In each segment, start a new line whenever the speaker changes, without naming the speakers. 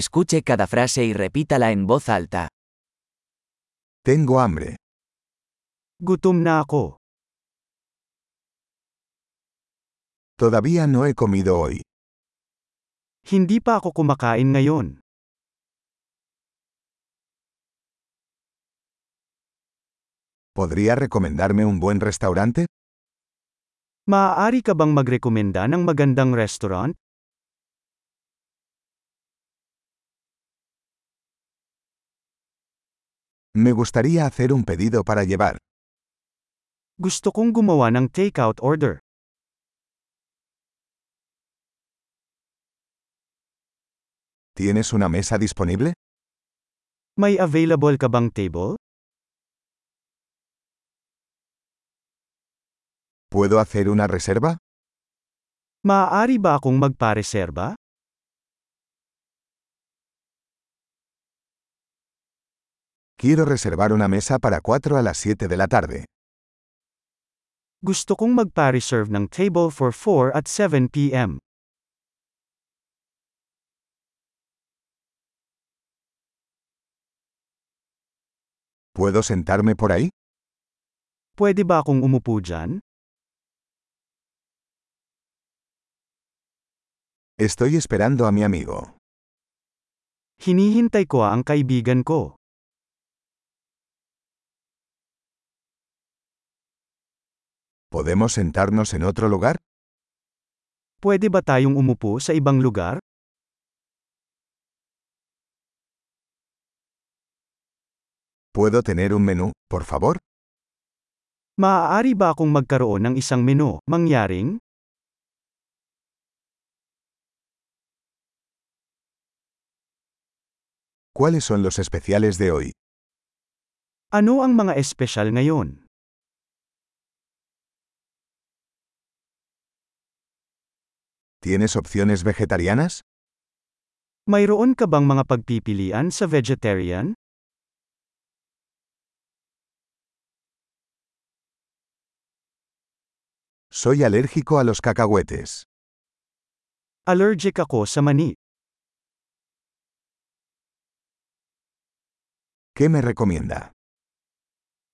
Escuche cada frase y repítala en voz alta.
Tengo hambre.
Gutom na ako.
Todavía no he comido hoy.
Hindi pa ako kumakain ngayon.
¿Podría recomendarme un buen restaurante?
Maaari ka bang magrekomenda ng magandang restaurant?
Me gustaría hacer un pedido para llevar.
Gusto kong gumawa ng takeout order.
¿Tienes una mesa disponible?
May available ka bang table?
¿Puedo hacer una reserva?
Maaari ba akong magpareserba?
Quiero reservar una mesa para 4 a las 7 de la tarde.
Gusto kong magpa-reserve ng table for 4 at 7 p.m.
¿Puedo sentarme por ahí?
Pwede ba akong umupo dyan?
Estoy esperando a mi amigo.
Hinihintay ko ang kaibigan ko.
¿Podemos sentarnos en otro lugar?
Pwede ba tayong umupo sa ibang lugar?
¿Puedo tener un menú, por favor?
Maaari ba akong magkaroon ng isang menu, mangyaring?
¿Cuáles son los especiales de hoy?
Ano ang mga espesyal ngayon?
¿Tienes opciones vegetarianas?
Mayroon ka bang mga pagpipilian sa vegetarian?
Soy alérgico a los cacahuetes.
Allergic ako sa mani.
¿Qué me recomienda?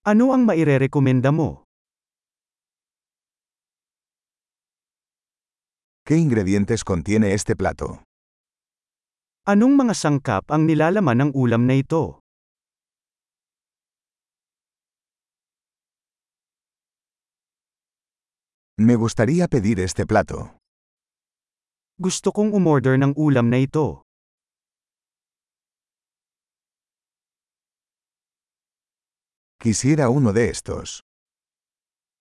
Ano ang mairerekomenda mo?
¿Qué ingredientes contiene este plato?
Anong mga sangkap ang nilalaman ng ulam na ito?
Me gustaría pedir este plato.
Gusto kong umorder ng ulam na ito.
Quisiera uno de estos.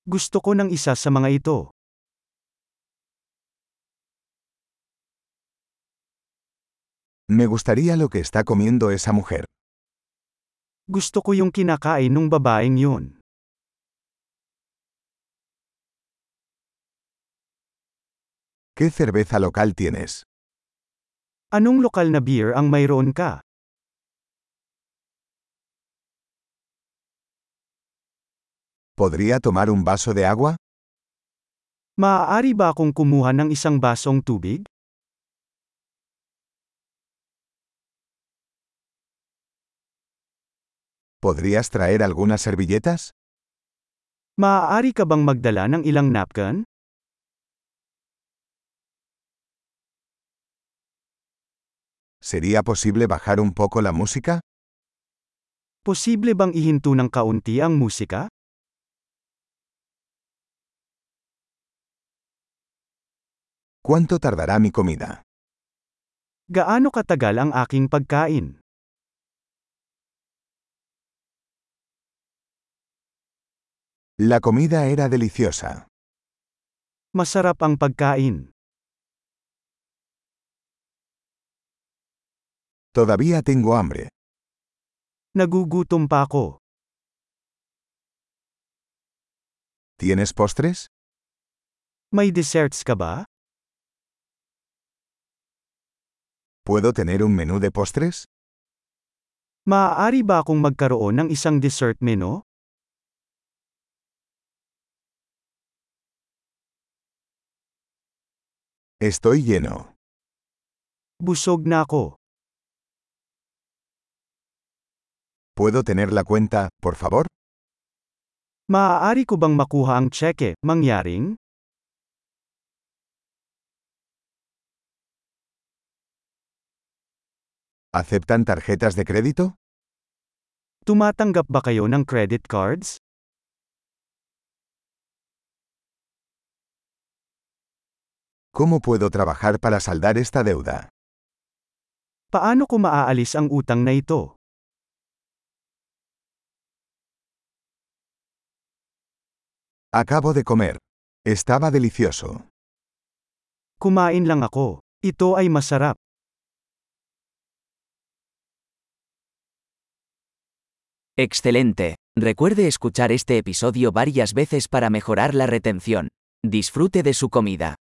Gusto ko ng isa sa mga ito.
Me gustaría lo que está comiendo esa mujer.
Gusto ko yung kinakain ng babaeng yun.
¿Qué cerveza local tienes?
Anong lokal na beer ang mayroon ka?
¿Podría tomar un vaso de agua?
Maaari ba akong kumuha ng isang basong tubig?
¿Podrías traer algunas servilletas?
Maaari ka bang magdala ng ilang napkin?
¿Sería posible bajar un poco la música?
Posible bang ihinto ng kaunti ang musika?
¿Cuánto tardará mi comida?
Gaano katagal ang aking pagkain?
La comida era deliciosa.
Masarap ang pagkain.
Todavía tengo hambre.
Nagugutom pa ako.
¿Tienes postres?
May desserts ka ba?
¿Puedo tener un menú de postres?
Maaari ba akong magkaroon ng isang dessert menu?
Estoy lleno.
Busog na ako.
¿Puedo tener la cuenta, por favor?
Maaari ko bang makuha ang cheque, mangyaring?
¿Aceptan tarjetas de crédito?
Tumatanggap ba kayo ng credit cards?
¿Cómo puedo trabajar para saldar esta deuda?
Paano ko maaalis ang utang na ito?
Acabo de comer. Estaba delicioso.
Kumain lang ako. Ito ay masarap.
Excelente. Recuerde escuchar este episodio varias veces para mejorar la retención. Disfrute de su comida.